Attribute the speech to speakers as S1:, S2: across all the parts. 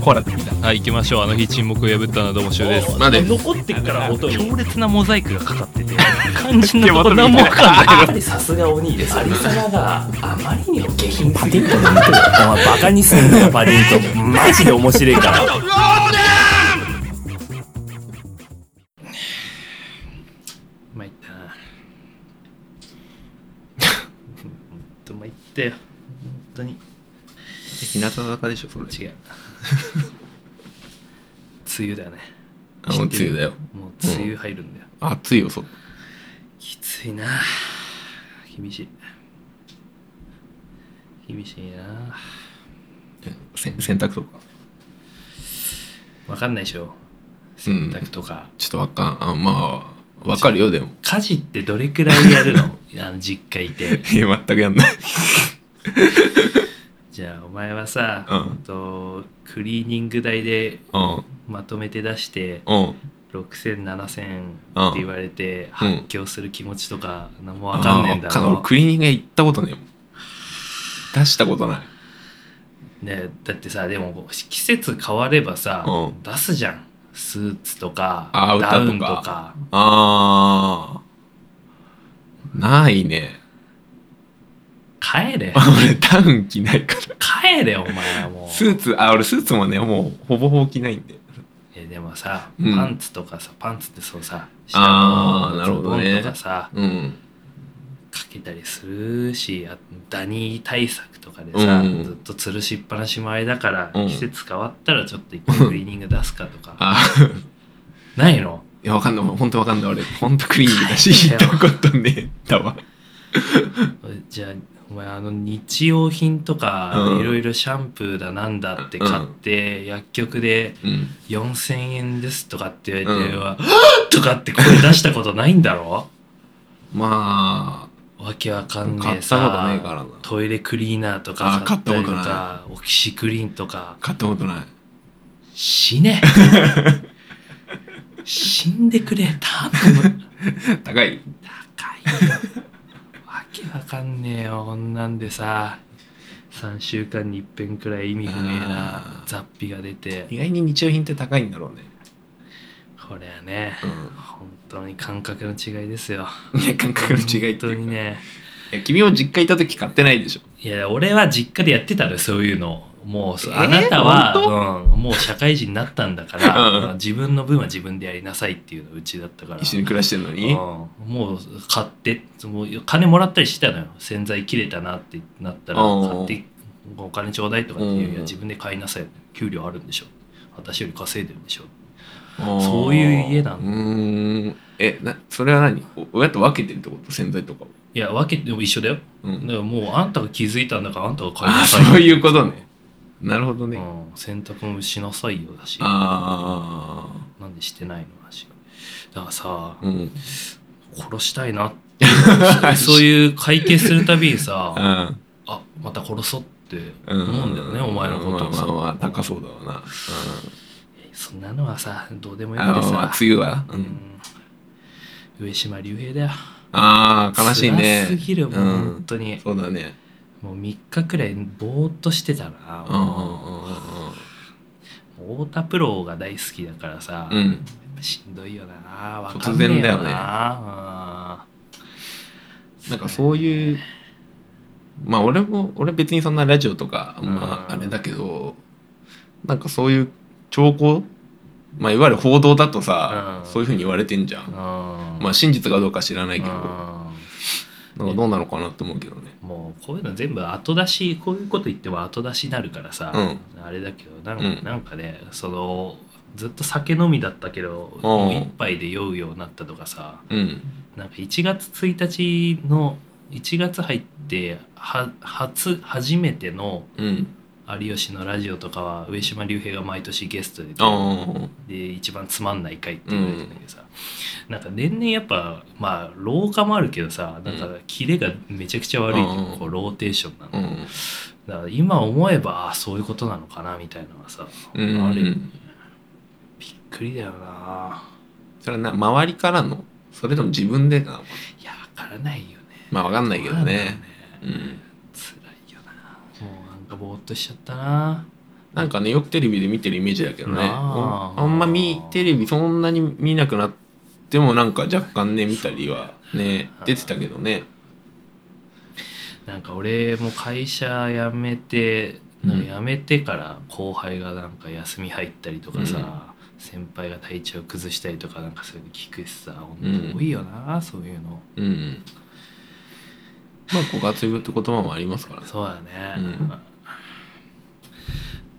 S1: コーラってきた
S2: はい行きましょうあの日沈黙を破ったのはどうもしゅうです
S1: なんで
S3: 残ってっから音に
S2: 強烈なモザイクがかかってて肝心なとこ何もわかんない
S4: やっぱりさすが鬼ですありさまがあまりにも下品すぎるパディントン見てるお前バカにすんだよパディントンマジで面白いから
S2: 参ったなほんと参ったよ本当に
S1: 日向坂でしょそれ
S2: 違う梅雨だね
S1: あの梅雨だよ
S2: もう梅雨入るんだよ、
S1: 暑いよそう
S2: きついな厳しい厳しいな
S1: せ洗濯とか
S2: わかんないでしょ
S1: う
S2: 洗
S1: ん
S2: 濯とか、
S1: ちょっとわかんあまあわかるよでも
S2: 家事ってどれくらいやるのあの実 家いて
S1: いや全くやんない
S2: じゃあお前はさ、
S1: うん
S2: ほんとクリーニング代で
S1: うん
S2: まとめて出して
S1: うん
S2: 60007000
S1: うん
S2: って言われて
S1: うん
S2: 発狂する気持ちとか何もわかんねえんだ
S1: あわか
S2: ろ
S1: 俺クリーニング屋行ったことねえもん出したことない
S2: ね、だってさでもこう季節変わればさ、
S1: うん
S2: 出すじゃんスーツとか
S1: あー歌
S2: ダ
S1: とか
S2: ウンとか
S1: あーないね
S2: 帰れ
S1: 俺ダウン着ないから
S2: 帰れお前はも
S1: ス
S2: う
S1: ーツあ俺スーツもねもうほぼほぼ着ないんで
S2: いやでもさ、
S1: うん
S2: パンツとかさパンツってそうさ
S1: あーなるほどね
S2: ズボンとかさ
S1: うん
S2: かけたりするしあダニー対策とかでさ、
S1: うん
S2: ずっと吊るしっぱなし前だから、
S1: うん
S2: 季節変わったらちょっと一回クリーニング出すかとか
S1: あー
S2: ないの
S1: いやわかんない本当わかんない俺本当クリーニングだし行ったことねえんだわ
S2: じゃあお前あの日用品とか
S1: うん
S2: いろいろシャンプーだなんだって買って、薬局で
S1: うん
S2: 4,000円ですとかって言われて「
S1: うん
S2: はっとかって声出したことないんだ ろ
S1: ま
S2: わけわか
S1: あ
S2: んね
S1: 買
S2: え
S1: ったことねえか
S2: さ
S1: らな
S2: トイレクリーナーとか
S1: あ
S2: 買ったりと
S1: 買った
S2: かオキシクリーンとか
S1: 買ったことない
S2: 死 ね死んでくれ多分
S1: 高い
S2: 高いよわけわかんねえよこんなんでさ3週間に一遍くらい意味不明な
S1: あー
S2: 雑費が出て
S1: 意外に日用品って高いんだろうね
S2: これはね
S1: う
S2: 本当に感覚の違いですよ
S1: んいや感覚の違いって
S2: 本当
S1: いう
S2: に
S1: か
S2: ね
S1: いや君も実家行った時買ってないでしょ
S2: いや俺は実家でやってたのよそういうのもう、
S1: えー
S2: あなたは
S1: 本、
S2: うん、もう社会人になったんだから、
S1: うん
S2: 自分の分は自分でやりなさいっていうのうちだったから
S1: 一緒に暮らしてるの
S2: うん
S1: に、
S2: もう買ってもう金もらったりしてたのよ洗剤切れたなってなったら
S1: うん
S2: 買ってお金ちょうだいとかっていうよりは
S1: うん
S2: 自分で買いなさい給料あるんでしょ私より稼いでるんでしょそう
S1: う
S2: いう家なの
S1: うーんえなそれは何お親と分けてるってこと洗剤とかを
S2: いや分けても一緒だよ
S1: う
S2: だ
S1: ん
S2: からもうあんたが気づいたんだからあんたが買い
S1: あ
S2: な
S1: あ
S2: さいよ
S1: そういうことねなるほどね、
S2: うん、洗濯もしなさいよだし
S1: あ
S2: なんでしてないのだしだからさ
S1: あうん
S2: 殺したいなって そういう会計するたびにさ
S1: うん
S2: あまた殺そうって思うんだよね、お前のことを
S1: ま
S2: さ
S1: あ、まあまあ高そうだわな、
S2: そんなのはさどうでも
S1: う
S2: い
S1: ん、
S2: いん
S1: あ
S2: で
S1: のまあ
S2: さ
S1: 梅、雨は、う、
S2: うんん、上島竜兵だよ
S1: ああ悲しいね
S2: 辛すぎるもう、
S1: うん
S2: ん、本当に
S1: そうだね
S2: もう3日くらいぼーっとしてたな、
S1: うんうん
S2: もう太田プロが大好きだからさ、
S1: うんうんうん
S2: やっぱしんどいよなわか
S1: 突
S2: んねえ
S1: 然だよね
S2: なうん
S1: なんかそういうまあ俺も俺別にそんなラジオとか
S2: うん
S1: まああれだけどなんかそういう兆候まあいわゆる報道だとさ
S2: うん
S1: そういうふうに言われてんじゃ
S2: うん
S1: んまあ真実かどうか知らないけどなんか
S2: うん
S1: どうなのかなと思うけどね
S2: もうこういうの全部後出しこういうこと言っても後出しになるからさ、
S1: う
S2: あれだけどなんか,、
S1: うん
S2: なんかねそのずっと酒飲みだったけど、もう一杯で酔うようになったとかさ
S1: うん
S2: なんか1月1日の1月入っては初初めての
S1: うん
S2: 有吉のラジオとかは上島竜兵が毎年ゲストで出て
S1: あ
S2: で一番つまんない回って言われてんだけどさ、なんか年々やっぱまあ老化もあるけどさなんかキレがめちゃくちゃ悪いっていうか
S1: うん
S2: こうローテーションなの
S1: あうん
S2: だから今思えばああそういうことなのかなみたいなのはさ、
S1: うん
S2: あ
S1: う
S2: れびっ
S1: ん
S2: くりだよな
S1: それはな周りからのそれとも自分でか
S2: いやわからないよね
S1: まあわかんないけど
S2: わかんないよ
S1: ねうん
S2: 辛いよなもうなんかぼーっとしちゃったな
S1: なんかねよくテレビで見てるイメージだけどね
S2: あ
S1: あ
S2: ー
S1: んま見テレビそんなに見なくなってもなんか若干ね見たりはね出てたけどね
S2: なんか俺も会社辞めて、なんか辞めてから後輩がなんか休み入ったりとかさ、先輩が体調崩したりとかなんかそういうの聞くしさ、ほんと多いよな、そういうの。
S1: うんまあ枯渇病って言葉もありますからね
S2: そうだね、
S1: うん
S2: っ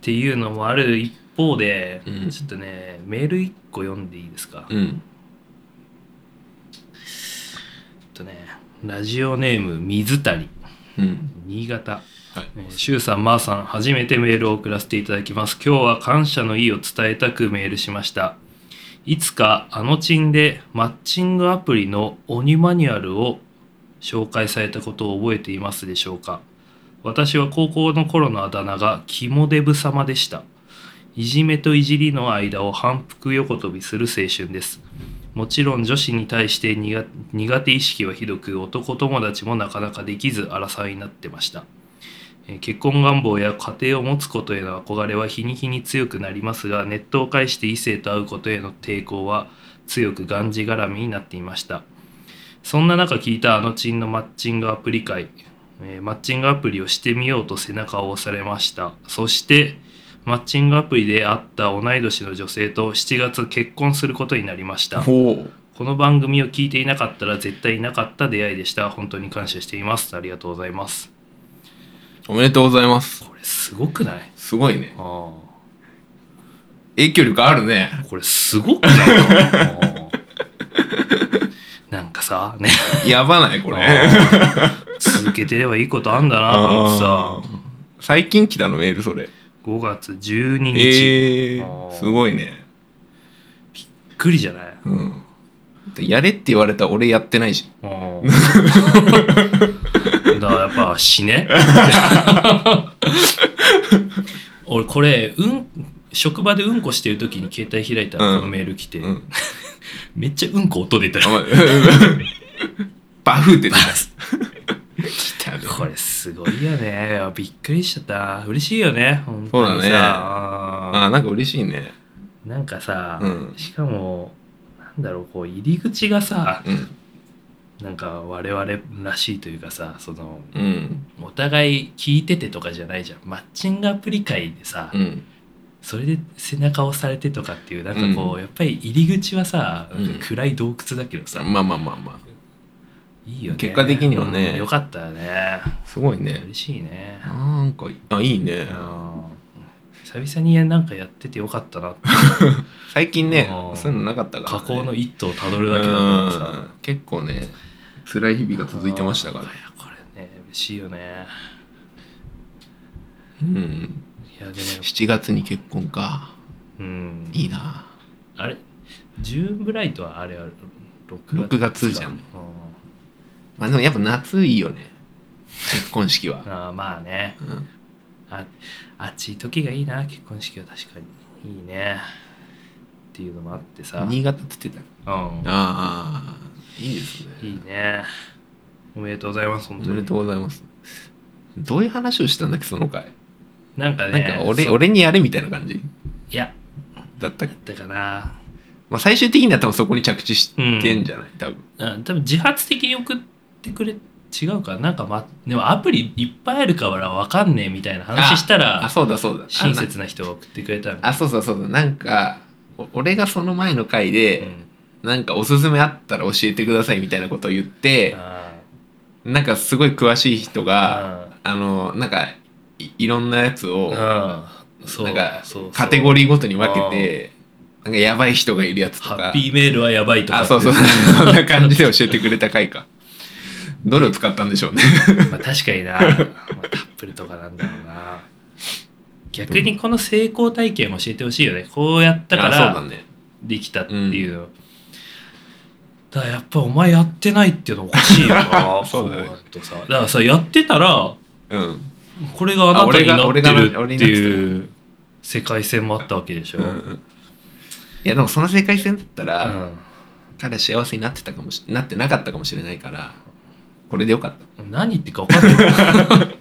S2: ていうのもある一方で、
S1: うん
S2: ちょっとね、メール一個読んでいいですか。
S1: う
S2: えっ
S1: ん
S2: とね、ラジオネーム水谷、
S1: うん
S2: 新潟。
S1: はい
S2: えーシュウさん、マーさん、初めてメールを送らせていただきます。今日は感謝の意を伝えたくメールしました。いつかあのチンでマッチングアプリの鬼マニュアルを紹介されたことを覚えていますでしょうか私は高校の頃のあだ名が肝デブ様でした。いじめといじりの間を反復横跳びする青春です。もちろん女子に対して苦苦手意識はひどく男友達もなかなかできず争いになってました。えー結婚願望や家庭を持つことへの憧れは日に日に強くなりますがネットを介して異性と会うことへの抵抗は強くがんじがらみになっていましたそんな中聞いたあのチンのマッチングアプリ会、えーマッチングアプリをしてみようと背中を押されましたそしてマッチングアプリで会った同い年の女性と7月結婚することになりました
S1: ほう
S2: この番組を聞いていなかったら絶対いなかった出会いでした本当に感謝していますありがとうございます
S1: おめでとうございます
S2: これすごくない
S1: すごいね
S2: あ
S1: 影響力あるね
S2: あこれすごくないかなんかさね
S1: やばないこれ
S2: あー続けてればいいことあんだなと思って
S1: あ
S2: さ
S1: ー最近来たのメールそれ
S2: 5月12日、
S1: ええ
S2: あー
S1: すごいね
S2: びっくりじゃない
S1: うんやれって言われた俺やってないし
S2: あ ーだからやっぱ死ね俺これうん職場でうんこしてる時に携帯開いたらこのメール来て、
S1: うん
S2: めっちゃうんこ音出た
S1: あ
S2: ら
S1: まあバフって出た来たね
S2: これすごいよね。びっくりしちゃった。嬉しいよね。本
S1: そう
S2: 当
S1: だ
S2: に
S1: ね
S2: さ。
S1: あーなんか嬉しいね
S2: なんかさ、
S1: うん
S2: しかも、なんだろう、こう、入り口がさ、
S1: うん
S2: なんか我々らしいというかさ、その、
S1: うん
S2: お互い聞いててとかじゃないじゃん。マッチングアプリ会でさ、
S1: うん
S2: それで背中を押されてとかっていう、なんかこう、
S1: うん
S2: やっぱり入り口はさ、
S1: うん
S2: なんか暗い洞窟だけどさ、
S1: まあまあまあま
S2: いいよね。
S1: 結果的にはね
S2: うんよかったよね。
S1: あすごいね
S2: 嬉しいね。
S1: なんかあいいね
S2: うん久々になんかやっててよかったなって
S1: 最近ね
S2: うん
S1: そういうのなかったから
S2: 加
S1: ね
S2: 工の一途をたど
S1: う
S2: るだけだからさ
S1: ん結構ね辛い日々が続いてましたから
S2: いやこれね嬉しいよね
S1: うん
S2: いやでも
S1: 7月に結婚か
S2: うん
S1: いいな
S2: あれジューンブライトはあれは6月
S1: 6月じゃん
S2: うん
S1: まあでもやっぱ夏いいよね結婚式は
S2: あーまあね
S1: うん
S2: あ暑い時がいいな結婚式は確かにいいねっていうのもあってさ
S1: 新潟って言ってた
S2: うん
S1: ああいいですね
S2: いいねおめでとうございます本
S1: お
S2: 当
S1: めで
S2: に
S1: とうございますどういう話をしたんだっけその回
S2: なんか
S1: なん
S2: ね
S1: か俺
S2: そう
S1: 俺にやれみたいな感じ
S2: いや
S1: だったっ
S2: だ
S1: け
S2: ったかな
S1: まあ最終的には多分そこに着地してんじゃない、多分
S2: うん多分自発的に送ってくれ違うかなんか、ま、でもアプリいっぱいあるからわかんねえみたいな話した
S1: あ
S2: ら
S1: そうだそうだ
S2: 親切な人が送ってくれたみたい
S1: あそうそうそうだなんかお俺がその前の回で、なんかおすすめあったら教えてくださいみたいなことを言って
S2: な、
S1: なんかすごい詳しい人が、
S2: あ
S1: あのなんかいいろんなやつを、
S2: あそう
S1: なんか
S2: そうそう
S1: カテゴリーごとに分けてなんかやばい人がいるやつと
S2: ハ
S1: か
S2: ッピーメールはやばいとか
S1: あそうそうそんな感じで教えてくれた回かどれを使ったんでしょうね
S2: まあ確か にな、まあ、タップルとかなんだろうな逆にこの成功体験を教えてほしいよねこうやったか
S1: あそう
S2: ら
S1: だね
S2: できたっていうの、だからやっぱお前やってないっていうのおかしいよな
S1: そうだね
S2: こうやるとさだからさやってたら
S1: うん
S2: これがあなたになって
S1: あ俺が俺が
S2: るって
S1: 俺になってた
S2: いう世界線もあったわけでしょ、
S1: うんうんいやでもその正解線だった
S2: う
S1: ら、
S2: ん
S1: 彼幸せになってたかもしなってなかったかもしれないからこれでよかった
S2: 何言ってるか分かんない、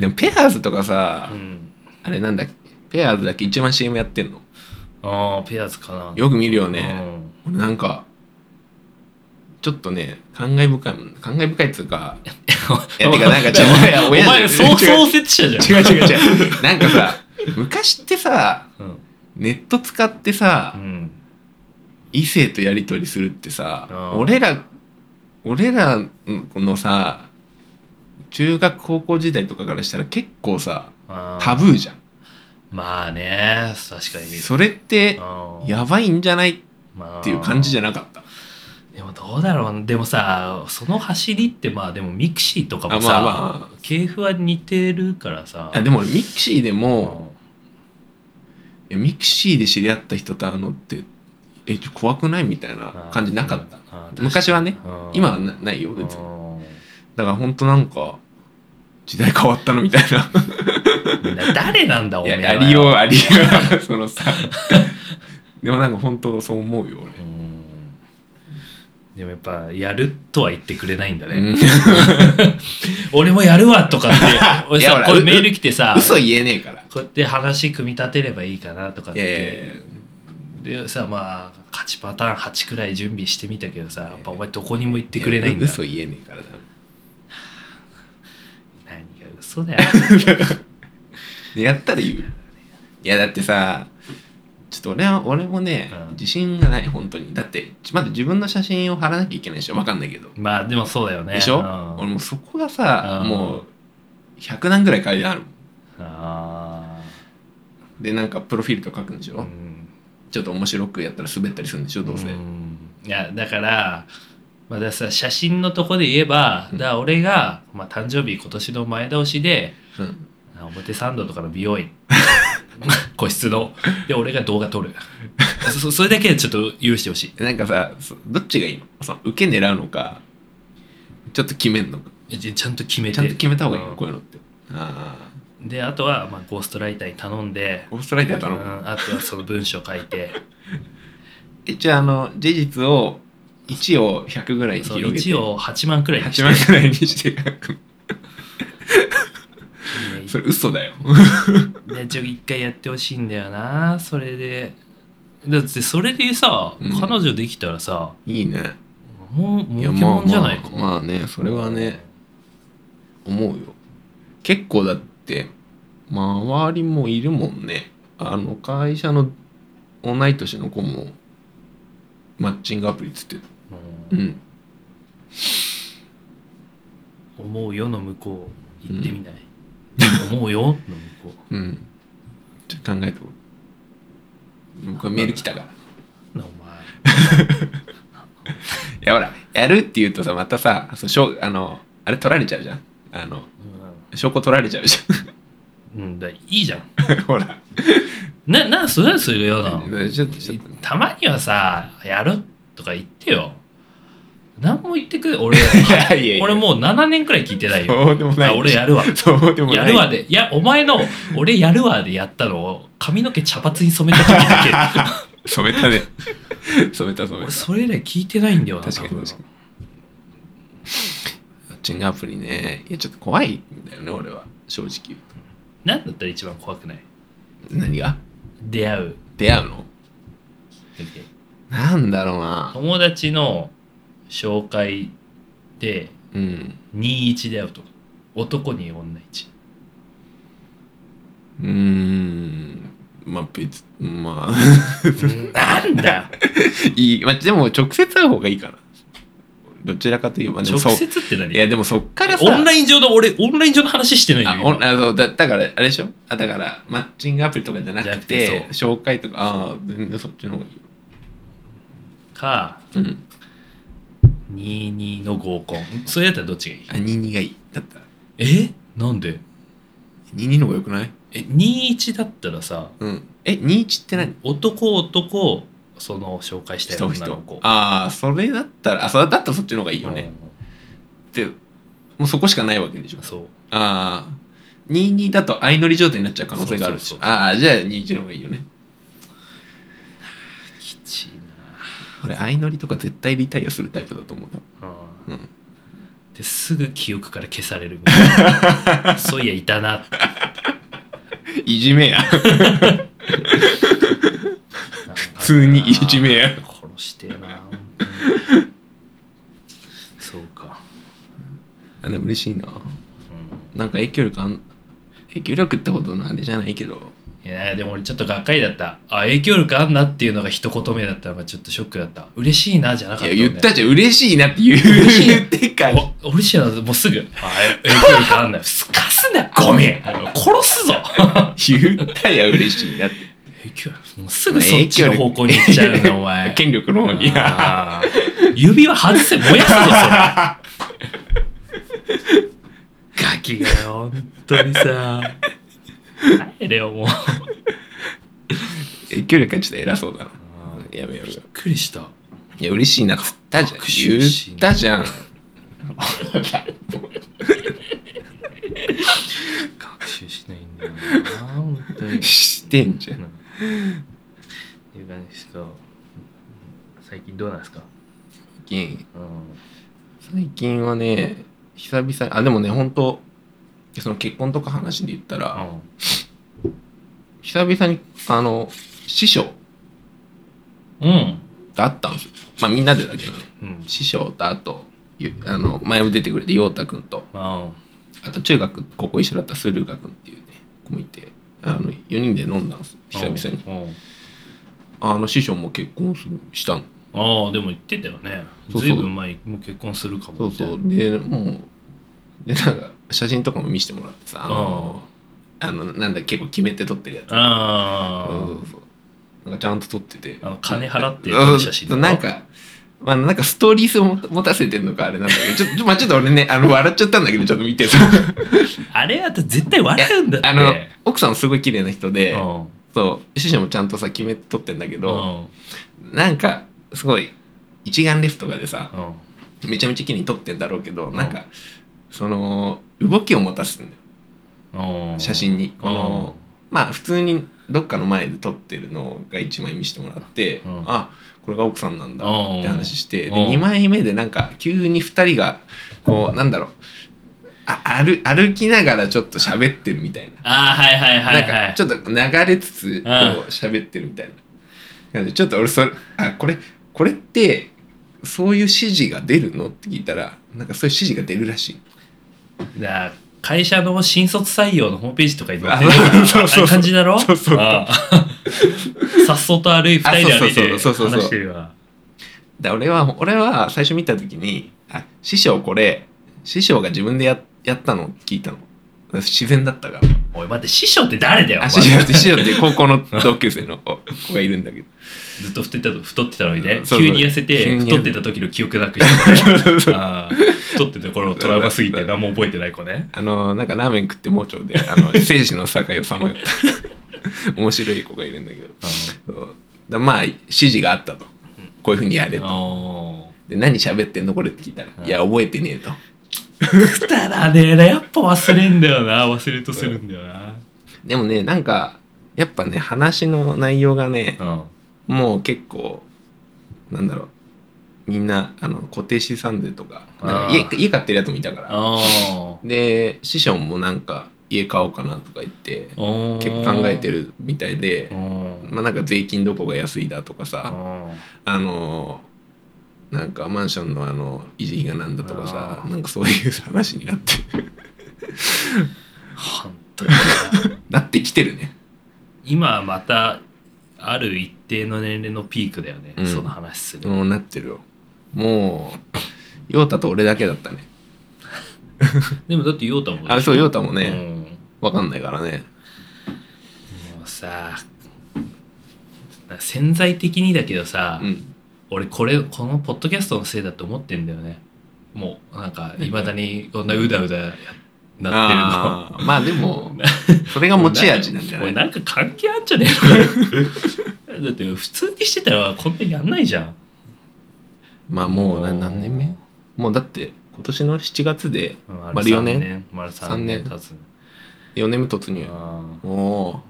S1: でもペアーズとかさ、
S2: うん
S1: あれなんだっけペアーズだっけ一番 CM やってんの
S2: ああ、ペアーズかな。
S1: よく見るよ
S2: く
S1: ね、俺なんかちょっとね感慨深いもん感慨深いっつう かいやてかなんかちょっと親
S2: お
S1: 親
S2: 前、
S1: 違
S2: そう
S1: う
S2: 創設者じゃん。
S1: 違う違う違うなんかさ昔ってさ
S2: うん。
S1: ネット使ってさ、
S2: うん。
S1: 異性とやり取りするってさ
S2: あー
S1: 俺ら俺らのさ中学高校時代とかからしたら結構さ
S2: あー
S1: タブーじゃん
S2: まあね、確かに。
S1: それってやばいんじゃないっていう感じじゃ
S2: な
S1: なかった
S2: でもどうだろうなでもさその走りってまあでもミクシーとかもさ、
S1: あまあま
S2: 系譜は似てるからさ
S1: あでも俺ミクシーでも
S2: も
S1: いやミクシーで知り合った人と会うのってえちょ怖くないみたいな感じなかった昔はね今はなないよ別にだからほんとなんか時代変わったのみたいな
S2: 誰なん だお
S1: い
S2: めえ
S1: や、
S2: は
S1: ありよう、ありよう、 そのさ。でもなんか本当そう思うよ、
S2: うんでもやっぱやるとは言ってくれないんだね、
S1: 俺。うん
S2: 俺もやるわとかって 俺
S1: いやほ
S2: さ
S1: ら
S2: これメール来てさ
S1: 嘘言えねえから。
S2: こうやって話組み立てればいいかなとかっ
S1: い
S2: て
S1: やいやいや
S2: でさまあ勝ちパターン8くらい準備してみたけどさやっぱお前どこにも行ってくれないんだ
S1: 嘘言えねえからだ。
S2: 何が嘘 だよ
S1: でやったら言う。いや、だってさ、ちょっと俺は、俺もね
S2: うん、
S1: 自信がない、本当に。だって、まだ自分の写真を貼らなきゃいけないでしょ、わかんないけど。
S2: まあでもそうだよね
S1: でしょ
S2: うん
S1: 俺もうそこがさ、
S2: うん
S1: もう、100段ぐらい書いてあるもん。
S2: あ
S1: で、なんかプロフィールとか書くんでし
S2: ーう
S1: ょ。
S2: ん
S1: ちょっと面白くやったら滑ったりするんでしょ、どうせ。
S2: んいやだからまあだからさ写真のとこで言えばだから俺が、まあ、誕生日今年の前倒しで
S1: うん
S2: あ表参道とかの美容 院個室ので俺が動画撮るそそれだけはちょっと許してほしい
S1: なんかさ、そどっちがいいのその受け狙うのか、ちょっと決めんのか。
S2: ちちゃんと決めて
S1: ちゃんと決めた方がいいの、
S2: うん
S1: こういうのって。ああ。
S2: であとは、まあ、ゴーストライターに頼んで、
S1: オーストラリア
S2: う
S1: 頼む。
S2: ん、あとはその文章書い て
S1: 一応、あの、事実を、1を100ぐらいに
S2: そう
S1: 広げて。
S2: 1を8万くらいにして
S1: 8万ぐらいにして書く。 それ嘘だよ。
S2: でちょ一回やってほしいんだよなそれでだってそれでさ、
S1: うん
S2: 彼女できたらさ
S1: いいね。
S2: もう
S1: い
S2: 儲けもんじゃないか
S1: まあ、まあね、それはね、思うよ。結構だって、周りもいるもんね。あの、会社の同い年の子も、マッチングアプリつってた。
S2: う
S1: うんん。
S2: 思うよの向こう行ってみない、思うよの向こ
S1: うん。ちょっと考えてこう。僕はメール来たから。いう
S2: なお
S1: やほら、やるって言うとさ、またさ、そうしょうあの、あれ取られちゃうじゃん。あの、証拠取られちゃうじ
S2: 前うん、うん、だいいじゃん
S1: ゃん。 ほら。
S2: ななそれそれ嫌なの
S1: ちょっと、ちょっと。
S2: たまにはさやるとか言ってよ何も言ってくれ俺い
S1: や いやいや
S2: 俺もう7年くらい聞いてないよ
S1: そうでもない。
S2: あ俺やるわ
S1: そうでもな
S2: や
S1: い。
S2: るわでいやお前の俺やるわでやったのを髪の毛茶髪に染めた時だ け
S1: 染めたね。染めた染め
S2: 俺
S1: た。
S2: それ以来聞いてないんだよな
S1: 確かに
S2: 多分
S1: 確かマッチングアプリね。いや、ちょっと怖いんだよね、俺は。正直言うと。
S2: 何だったら一番怖くない
S1: 何が
S2: 出会う
S1: 出会うの
S2: 時
S1: なんだろうな。
S2: 友達の紹介で
S1: うん。
S2: 21で会うとか男に女1
S1: うーん。まあ別、まあ。
S2: なんだよ
S1: いい、まあ、でも直接会う方がいいかな。どちらかといえば、でも
S2: 直
S1: そう
S2: 接って何
S1: いや、でもそっからさ、
S2: オンライン上の俺オンライン上の話してないよ
S1: あ
S2: 今
S1: オンあそうだだから、あれでしょあだから、マッチングアプリとかじゃな
S2: じゃ
S1: く
S2: なくて
S1: て、紹介とか、ああ、全然そっちの方がいいよ。
S2: か
S1: うん。
S2: 22の合コンそれやったらどっちがいい
S1: あ、22がいい。だったら。
S2: えなんで
S1: 22の方がよくない
S2: え21だったらさ
S1: うん。え、21って何
S2: 男男その紹介したい
S1: 人
S2: 女の
S1: 人
S2: 子。
S1: ああ、それだったら、あ、それだったらそっちの方がいいよね。で、もうそこしかないわけでしょ
S2: うん。そう
S1: ああ。22だと相乗り状態になっちゃう可能性があるし。
S2: そうそうそう
S1: ああ、じゃあ21の方がいいよね。
S2: きちい
S1: 俺、相乗りとか絶対リタイアするタイプだと思う。
S2: なう
S1: うんん
S2: ですぐ記憶から消されるみたいなそういやいたなって
S1: い じめや。普通にいじめや
S2: 殺してえな本当にそうか、
S1: あでも嬉しいな。
S2: う
S1: なんか影響力あん、影響力ってほどのあれじゃないけど、
S2: ん、いやでも俺ちょっとがっかりだったあ影響力あんなっていうのが一言目だったのがちょっとショックだった嬉しいなじゃなか
S1: い
S2: った
S1: や、
S2: んだよ
S1: 言
S2: ね
S1: ったじゃん、嬉しいなって言う。
S2: 嬉しい
S1: 言ってっから。
S2: お俺しなもうすぐ、あ影響力あんない。すかすな、ごめん。あの殺すぞ。
S1: 言ったや嬉しいなって。
S2: 影響力もうすぐそっちの方向に行っちゃうな、お前。
S1: 権力の方に。
S2: あー指輪外せ、燃やすぞ、それ。ガキがよ、本当にさ。帰れよ、もう。
S1: 影響力がちょっと偉そうだな。やめやめよ
S2: びっくりした。
S1: う。いや、嬉しいなっつったじゃん。
S2: 握手し
S1: 言ったじゃん。
S2: 学習しないんだよな、本当に。
S1: してんじゃん。
S2: っていう感じですけど、最近どうなんですか
S1: 最近、
S2: うん。
S1: 最近はね、久々、あ、でもね、本当その結婚とか話で言ったら、久々に、あの、師匠
S2: うん。
S1: と会ったんですよ。まあみんなでだけどね。
S2: うん。
S1: 師匠とあと、ゆあの、前も出てくれて、陽太くんと、
S2: あ
S1: あと中学、ここ一緒だったスルーガくんっていうね、子もいて、あの、4人で飲んだんです。久々に。
S2: に。
S1: あの、師匠も結婚するしたの。
S2: ああ、でも言ってたよね。
S1: そうそう
S2: ずいぶん前にもう結婚するか
S1: そ
S2: も
S1: う
S2: みたいな
S1: そう。で、もう、で、なんか、写真とかも見せてもらってさ、あの、あのなんだ、結構決めて撮ってるやつ。
S2: あ
S1: そうそうそう。なんかちゃんと撮ってて。
S2: あの金払って
S1: うん
S2: る写真とか
S1: なんか、まあなんかストーリー性を持た持たせてんのかあれなんだけど、ちょっと、まあちょっと俺ね、あの、笑っちゃったんだけど、ちょっと見 てさ。
S2: あ。あれだと絶対笑うんだって。
S1: あの、奥さんすごい綺麗な人で、
S2: うん
S1: そう、師匠もちゃんとさ、決めて撮ってんだけ
S2: う
S1: ど、
S2: ん
S1: なんか、すごい、一眼レフとかでさ、
S2: うん
S1: めちゃめちゃ綺麗に撮ってんだろうけど、
S2: ん
S1: なんか、その、動きを持たすんだよ、
S2: うん
S1: 写真に。この、まあ普通にどっかの前で撮ってるのが1枚見せてもらって、
S2: うん
S1: あこれが奥さんなんだ
S2: うん
S1: って話して、で
S2: うん
S1: 2枚目でなんか急に2人がこうなんだろうあ歩歩きながらちょっと喋ってるみたいな。
S2: ああ、はいはいはいはい。
S1: なんかちょっと流れつつこう喋ってるみたいな感じでちょっと俺それあこれこれってそういう指示が出るのって聞いたらなんかそういう指示が出るらしい
S2: だから会社の新卒採用のホームページとかに載って
S1: あ
S2: るような
S1: そうそ
S2: ああい
S1: うそう
S2: う感じだろ
S1: そうそうそう
S2: あ あさっそと歩い二人で歩いて
S1: あ
S2: 話
S1: そうそうそうそうそうそうそう
S2: してるわ。
S1: だ俺は俺は最初見た時に「あ師匠これ師匠が自分でややったの?」って聞いたの自然だったから
S2: おい、待って、師匠って誰だよ、お
S1: あ
S2: 前
S1: 師匠って師匠って高校の同級生の お子がいるんだけど
S2: ずっと太ってたの太ってたのにね、
S1: そうそう
S2: 急に痩せ
S1: 急
S2: て
S1: に
S2: 太ってた時の記憶なくして、あー太ってた頃トラウマすぎて何も覚えてない子ね。
S1: あのなんかラーメン食って盲腸であ の生死の境をさまよった面白い子がいるんだけどそうだまあ指示があったとこういうふうにやれ
S2: あ
S1: と
S2: の
S1: で何喋ってんのこれって聞いたら「いや覚えてねえ」と
S2: ーくだらねえな、やっぱ忘れんだよな、忘れるとするんだよな。
S1: でもねなんかやっぱね話の内容がね
S2: うん
S1: もう結構なんだろうみんなあの固定資産税とかなん
S2: あ
S1: か家
S2: ー
S1: 家買ってるやつもいたから
S2: あ
S1: で師匠もなんか家買おうかなとか言って
S2: ー
S1: 結構考えて。るみたいで
S2: うん
S1: まあなんか税金どこが安いだとかさあのーなんかマンションのあの維持費がなんだとかさ
S2: あー
S1: なんかそういう話になって
S2: 本当にな。
S1: なってきてるね
S2: 今はまた、ある一定の年齢のピークだよね、
S1: うん
S2: その話する。
S1: もうなってるよもう陽太と俺だけだったね
S2: でもだって、ヨータも。
S1: あそう陽太も
S2: う
S1: ね
S2: ん
S1: わかんないからね
S2: もうさ潜在的にだけどさ、
S1: うん
S2: 俺これこのポッドキャストのせいだと思ってんだよねもうなんかいまだにこんなうだうだやなっ
S1: あーまあでも
S2: てるの
S1: それが持ち味なんじゃな
S2: 俺
S1: い
S2: なんか関係あんじゃねえ のだって普通にしてたらこんなやんないじゃん
S1: まあもうな何年目もうだって今年の7月で
S2: 丸
S1: 丸四
S2: 4
S1: 年
S2: 年丸3年経つ
S1: 4年目突入
S2: あー
S1: も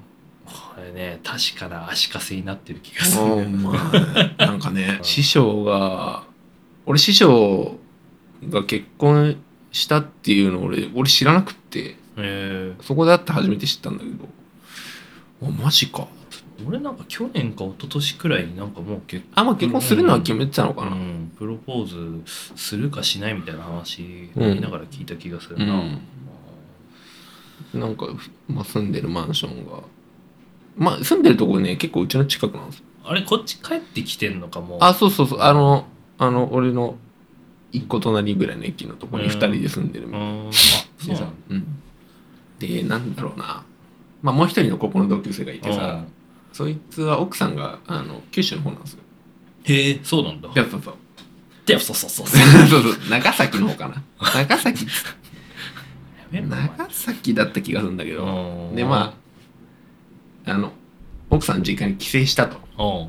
S2: これね確かな足かせになってる気が
S1: う
S2: する
S1: もうまあなんかね師匠が俺師匠が結婚したっていうの俺俺知らなくって
S2: へえ
S1: そこで会って初めて知ったんだけどおマジか
S2: 俺なんか去年か一昨年くらいになんかもう結
S1: あまあ結婚するのは決めてたのかな、
S2: うん、プロポーズするかしないみたいな話を見ながら聞いた気がするな、
S1: うんなんか、まあ、住んでるマンションがまあ住んでるとこね結構うちの近くなんですよ
S2: あれこっち帰ってきてんのかもう
S1: あそうそうそうあのあの俺の一個隣ぐらいの駅のとこに
S2: うん
S1: 2人で住んでるみ
S2: う
S1: たい
S2: んあそう
S1: で
S2: な
S1: さ
S2: んだ
S1: うんでなんだろうなまあもう一人の高校の同級生がいて
S2: う
S1: さ
S2: ん
S1: そいつは奥さんがあの九州の方なんですよ
S2: へえそうなんだ
S1: いやそうそう
S2: でそうそうそうそう
S1: そうそう長崎の方かな長崎
S2: やめろお前
S1: 長崎だった気がするんだけど
S2: うん
S1: でまああの奥さん実家に帰省したと。
S2: うん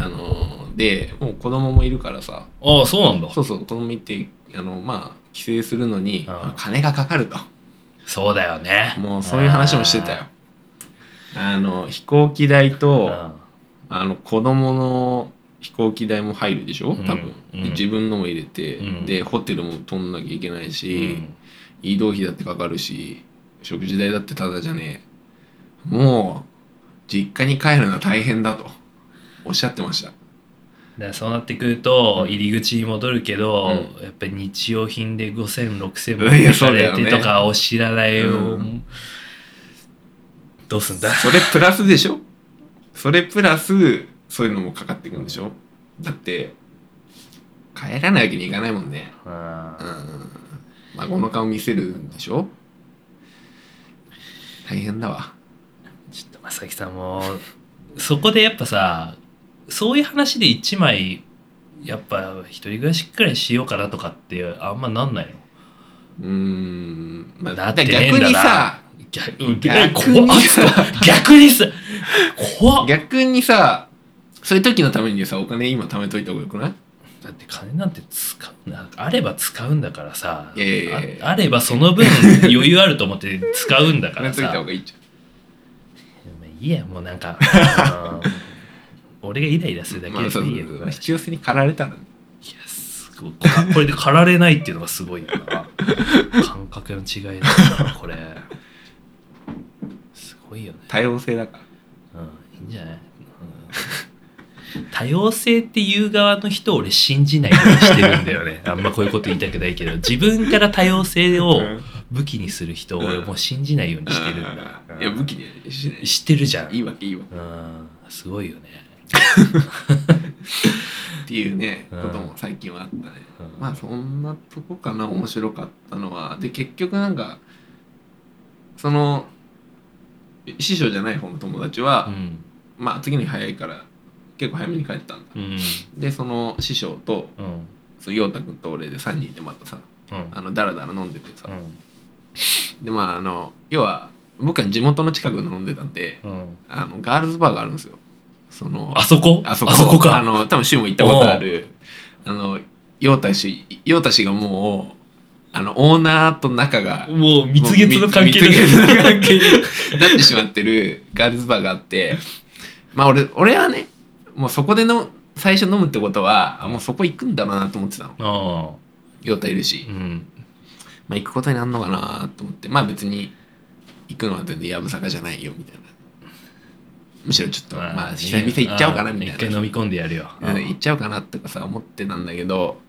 S1: あのーでもう子供もいるからさ
S2: ああそうなんだ
S1: そうそう子供いてあのまあ帰省するのに
S2: ああ
S1: 金がかかると
S2: そうだよね
S1: もうそういう話もしてたよ。あの飛行機代
S2: う
S1: と
S2: ん
S1: あの子供の飛行機代も入るでしょ多分、
S2: うん
S1: で自分のも入れて、
S2: うん
S1: でホテルも取んなきゃいけないうし、
S2: ん
S1: 移動費だってかかるし食事代だってタダじゃねえもう実家に帰るのは大変だとおっしゃってました
S2: だからそうなってくると入り口に戻るけど、
S1: う
S2: やっぱり日用品で50006000
S1: い
S2: 持っ
S1: や
S2: て
S1: そ
S2: か
S1: うだ
S2: れ
S1: よね
S2: てとかお知らないを、
S1: うん
S2: どうすんだ
S1: それプラスでしょそれプラスそういうのもかかってくんでしょだって帰らないわけにいかないもんねうん孫の顔見せるんでしょ大変だわ
S2: ちょっと正木さんもそこでやっぱさそういう話で1枚やっぱ一人暮らしくらいしようかなとかってあんまなんないの
S1: うーんまあ
S2: だってねえん
S1: 逆
S2: だ
S1: に
S2: な
S1: さ
S2: 逆に
S1: 逆
S2: 逆
S1: に
S2: にさ逆にさ怖っ
S1: 逆にさそういう時のためにさお金今貯めといた方がよくない
S2: だって金なんて使うなあれば使うんだからさ
S1: いやいやいや
S2: ああればその分余裕あると思って使うんだか
S1: 金
S2: ら
S1: つ いた
S2: さ
S1: 方がいいじ
S2: いいやもうなん かあの俺がイライラする
S1: ゃ
S2: だ
S1: ん。
S2: け
S1: まあ、
S2: で
S1: そう
S2: いい
S1: そ
S2: や
S1: うそう必要性に駆られたらね。
S2: いやすごいここれで駆られないっていうのがすごいな 感覚の違いだなこれすごいよね、
S1: 多様性だから。
S2: うん、いいんじゃない、うん多様性っていう側の人を俺信じないようにしてるんだよ ねあんまこういうこと言いたくないけど自分から多様性を武器にする人を俺もう信じないようにしてるんだ、
S1: いや、武器にしないし。
S2: してるじゃん
S1: いいわけいいわ
S2: うんすごいよね
S1: っていうね、
S2: う
S1: こ
S2: ん
S1: とも最近はあったね。
S2: うん
S1: まあ、そんなとこかな、面白かったのは。で、結局なんか、その、師匠じゃない方の友達
S2: う
S1: は、
S2: ん
S1: まあ、次の日早いから、結構早めに帰ったんだ。
S2: うん
S1: で、その師匠と、
S2: うん
S1: その陽太君と俺で3人でまたさ、
S2: うん
S1: あの、だらだら飲んでてさ
S2: う、ん
S1: でまああの要は僕は地元の近くで飲んでたんで
S2: うん
S1: あのガールズバーがあるんですよその
S2: あそこ
S1: あそこ
S2: か
S1: あの多分柊も行ったことあるあの陽太氏陽太氏がもうあのオーナーと仲が
S2: もう蜜月の関係
S1: も
S2: です
S1: う蜜月の関係になってしまってるガールズバーがあってまあ俺俺はねもうそこでの最初飲むってことはあもうそこ行くんだろうなと思ってたの
S2: あ
S1: 陽太いる
S2: あ
S1: し
S2: う、ん
S1: まあ、行くことになるのかなと思ってまあ別に行くのは全然やぶさかじゃないよみたいなむしろちょっとまあ久々行っちゃおうかなみ
S2: ああ
S1: た
S2: 一回
S1: いな
S2: 飲み込んでやるよ
S1: うん行っちゃおうかなとかさ思ってたんだけど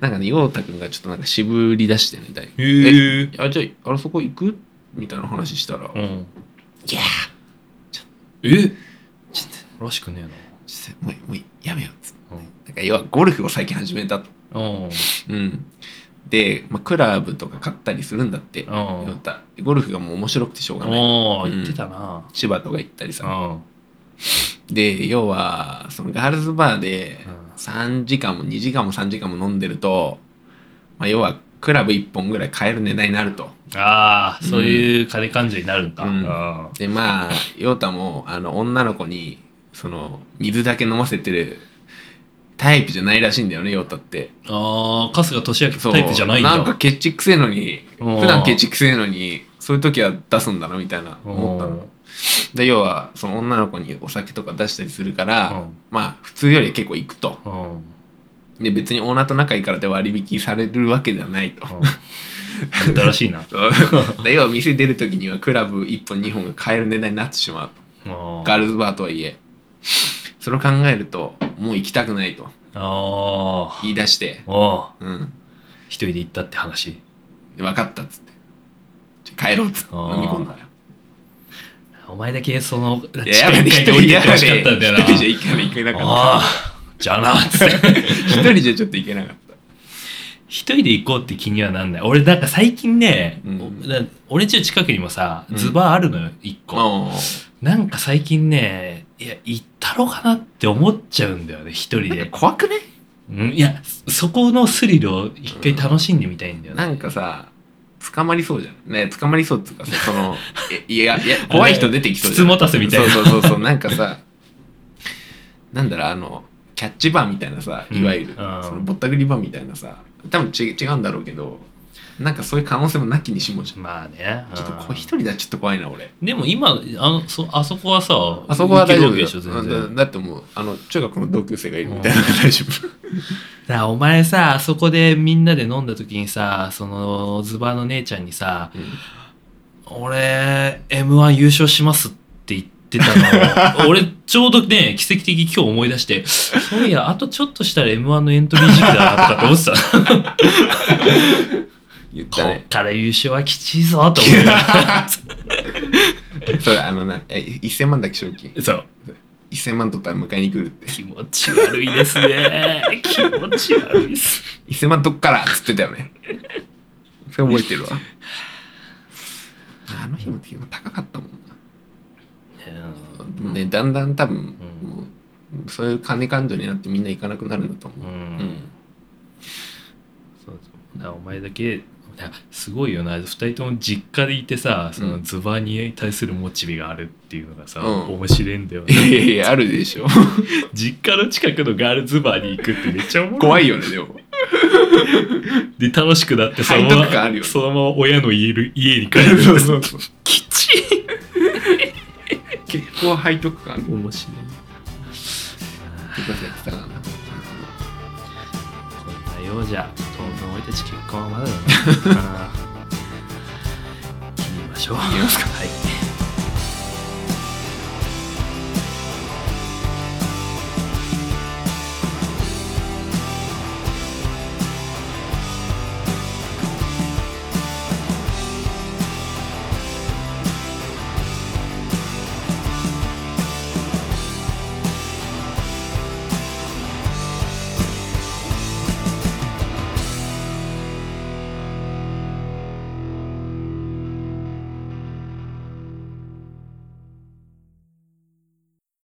S1: なんかね陽太くんがちょっとなんか渋り出してねだい
S2: へえ
S1: あじゃああれそこ行くみたいな話したら「
S2: う
S1: い
S2: ん
S1: や
S2: えちょっとらしくね
S1: ちょっともうもうやめよう」っつって
S2: えな
S1: なんか要はゴルフを最近始めたと
S2: うんうん
S1: うんで、まあ、クラブとか買ったりするんだって陽
S2: うん
S1: 太ゴルフがもう面白くてしょうがない
S2: おー言ってたな
S1: 千葉とか行ったりさ
S2: うん
S1: で要はそのガールズバーで
S2: うん
S1: 3時間も2時間も3時間も飲んでると、まあ、要はクラブ1本ぐらい買える値段になると
S2: ああそういう金感情になるんか
S1: うん
S2: あ
S1: でまあ陽太もあの女の子にその水だけ飲ませてるタイプじゃないらしいんだよね陽太って
S2: あ春日俊
S1: そ
S2: 明
S1: う
S2: タイプじゃないんだ
S1: なんかケチくせえのに
S2: うん
S1: 普段ケチくせえのにそういう時は出すんだなみたいな思ったので要はその女の子にお酒とか出したりするから、
S2: うん
S1: まあ普通より結構行くと
S2: うんうん
S1: で別にオーナーと仲いいからって割引されるわけではないと。
S2: 言ったらしいな。あ
S1: うん要は店出る時にはクラブ1本2本が買える値段になってしまう
S2: ー
S1: ガールズバーとはいえそれを考えるともう行きたくないと
S2: あ
S1: 言い出して
S2: ー。おう
S1: うん
S2: 一人で行ったって話。
S1: で分かったっつってじゃあ帰ろうっつって
S2: あー
S1: 飲み込んだよ
S2: お前だけその、地下
S1: いややめて
S2: 一回
S1: 一人
S2: で降り
S1: じ
S2: てっ
S1: ゃ
S2: てほしかったんだよな。
S1: 一人じゃ一回目行けなかっ
S2: ああ、じゃあな、つって。
S1: た一人じゃちょっと行けなかった
S2: 一人で行こうって気にはなんない。俺、なんか最近ね、
S1: うん
S2: だ俺んちの近くにもさ、
S1: うん
S2: ズバーあるのよ、一個。
S1: あ
S2: なんか最近ね、いや、行ったろかなって思っちゃうんだよね、一人
S1: ー
S2: で。
S1: 怖くね
S2: うんいや、そこのスリルを一回楽しんでみたいんだよね。
S1: なんかさ捕まりそうじゃんね捕まりそうっていうかさその えいやいや怖い人出てきそうじゃん
S2: あれつつもたせみたいな
S1: そう そうそうそうなんかさなんだろうあのキャッチバーみたいなさいわゆる、
S2: うんあー
S1: そのぼったくりバーみたいなさ多分ち違うんだろうけどなんかそういう可能性もなきにしもじゃん
S2: まあね。
S1: ちょっとこ
S2: う
S1: うん一人だちょっと怖いな俺
S2: でも今、あの、そ、あそこはさ、
S1: あそこは大
S2: 行け
S1: 丈夫よ
S2: るわけでしょ、全
S1: だ
S2: 然。
S1: だってもうあの中学の同級生がいるみたいなのが大丈夫
S2: だからお前さ、あそこでみんなで飲んだ時にさ、その、ズバの姉ちゃんにさ、俺、M1 優勝しますって言ってた の。俺、ちょうどね、奇跡的に今日思い出して、そういや、あとちょっとしたら M1 のエントリー時期 だなとかって思ってた。
S1: 言った
S2: こ
S1: ね
S2: っから優勝はきちいぞと思って
S1: それあのなえ1000万だっけ賞金
S2: そう。
S1: 1000万取ったら迎えに来るって
S2: 気持ち悪いですね。気持ち悪いっす。
S1: 1000万どっからっつってたよねそれ覚えてるわあの日も結構高かったもんな、ね、だんだん多分、
S2: うん
S1: もうそういう金感情になってみんな行かなくなるんだと
S2: う
S1: 思う、うん
S2: ん。そうそうだからお前だけだからすごいよな2人とも実家でいてさそうの
S1: ん
S2: ズバに対するモチベがあるっていうのがさ、
S1: うん
S2: 面白いんだよ
S1: いや
S2: ね
S1: いやいやあるでしょ
S2: 実家の近くのガールズバーに行くってめっちゃおもろい
S1: 怖いよねでも
S2: で楽しくなってその
S1: 背
S2: ま
S1: 徳感あるよ
S2: ま
S1: ね
S2: そのまま親の家る家に帰る
S1: そうそう
S2: きちい
S1: 結構背徳感あ る
S2: 面白い
S1: ってことやってたからな
S2: こんなようじゃ当分俺たち結 婚はまだだなあー切りましょう
S1: 切りますか
S2: はい